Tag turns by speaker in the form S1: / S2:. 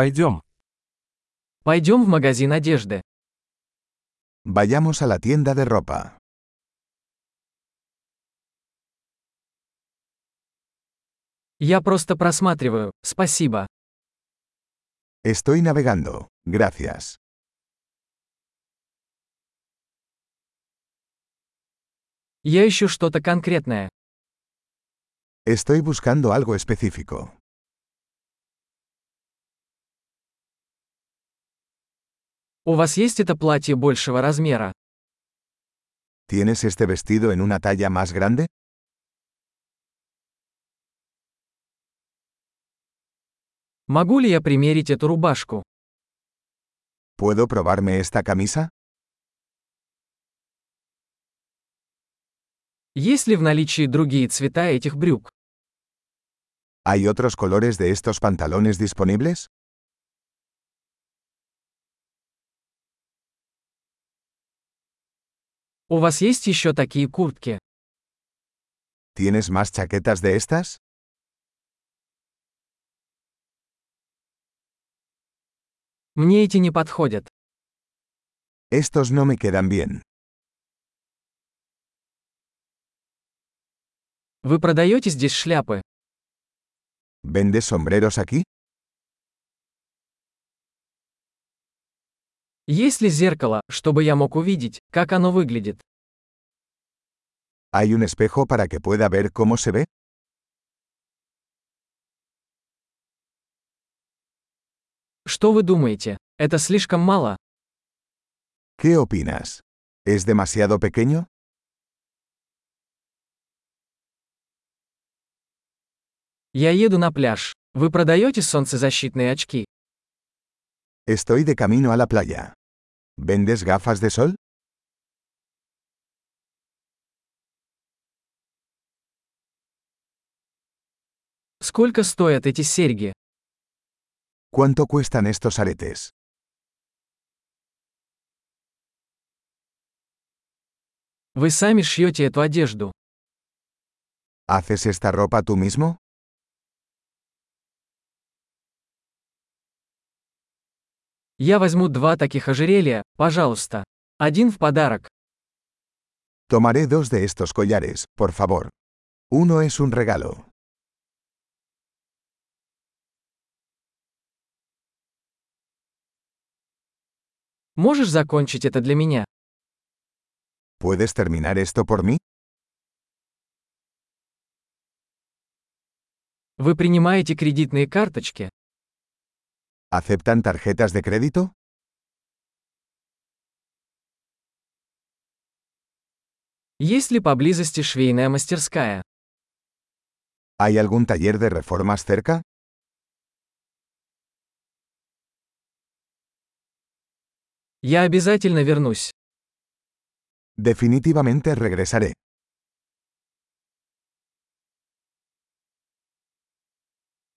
S1: Пойдем.
S2: Пойдем в магазин одежды.
S3: Vayamos a la tienda de ropa.
S2: Я просто просматриваю, спасибо.
S3: Estoy navegando. Gracias.
S2: Я ищу что-то конкретное.
S3: Estoy buscando algo específico.
S2: У вас есть это платье большего размера?
S3: ¿Tienes este vestido en una talla más grande?
S2: Могу ли я примерить эту рубашку?
S3: ¿Puedo probarme esta camisa?
S2: Есть ли в наличии другие цвета этих брюк?
S3: ¿Hay otros colores de estos pantalones disponibles?
S2: У вас есть еще такие куртки?
S3: ¿Tienes más chaquetas de estas?
S2: Мне эти не подходят.
S3: Estos no me quedan bien.
S2: Вы продаете здесь шляпы?
S3: ¿Vendes sombreros aquí?
S2: Есть ли зеркало, чтобы я мог увидеть, как оно выглядит?
S3: ¿Hay un espejo para que pueda ver cómo se ve?
S2: Что вы думаете? Это слишком мало?
S3: ¿Qué opinas? ¿Es demasiado pequeño?
S2: Я еду на пляж. Вы продаете солнцезащитные очки?
S3: Estoy de camino a la playa. ¿Vendes gafas de sol?
S2: Сколько стоят эти серьги?
S3: ¿Cuánto cuestan estos aretes?
S2: Вы сами шьете эту одежду.
S3: ¿Haces esta ropa tú mismo?
S2: Я возьму два таких ожерелья, пожалуйста. Один в подарок.
S3: Tomaré dos de estos collares, por favor. Uno es un regalo.
S2: Можешь закончить это для меня?
S3: ¿Puedes terminar esto por mí?
S2: Вы принимаете кредитные карточки?
S3: ¿Aceptan tarjetas de crédito?
S2: Есть ли поблизости швейная мастерская?
S3: ¿Hay algún taller de reformas cerca?
S2: Я обязательно вернусь.
S3: Definitivamente regresaré.